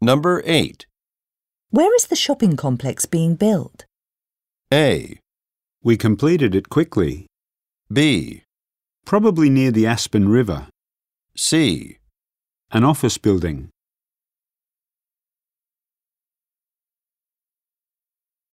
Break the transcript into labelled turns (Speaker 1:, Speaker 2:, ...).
Speaker 1: Number 8.
Speaker 2: Where is the shopping complex being built?
Speaker 1: A.
Speaker 3: We completed it quickly,
Speaker 1: B.
Speaker 3: probably near the Aspen River,
Speaker 1: C.
Speaker 3: an office building.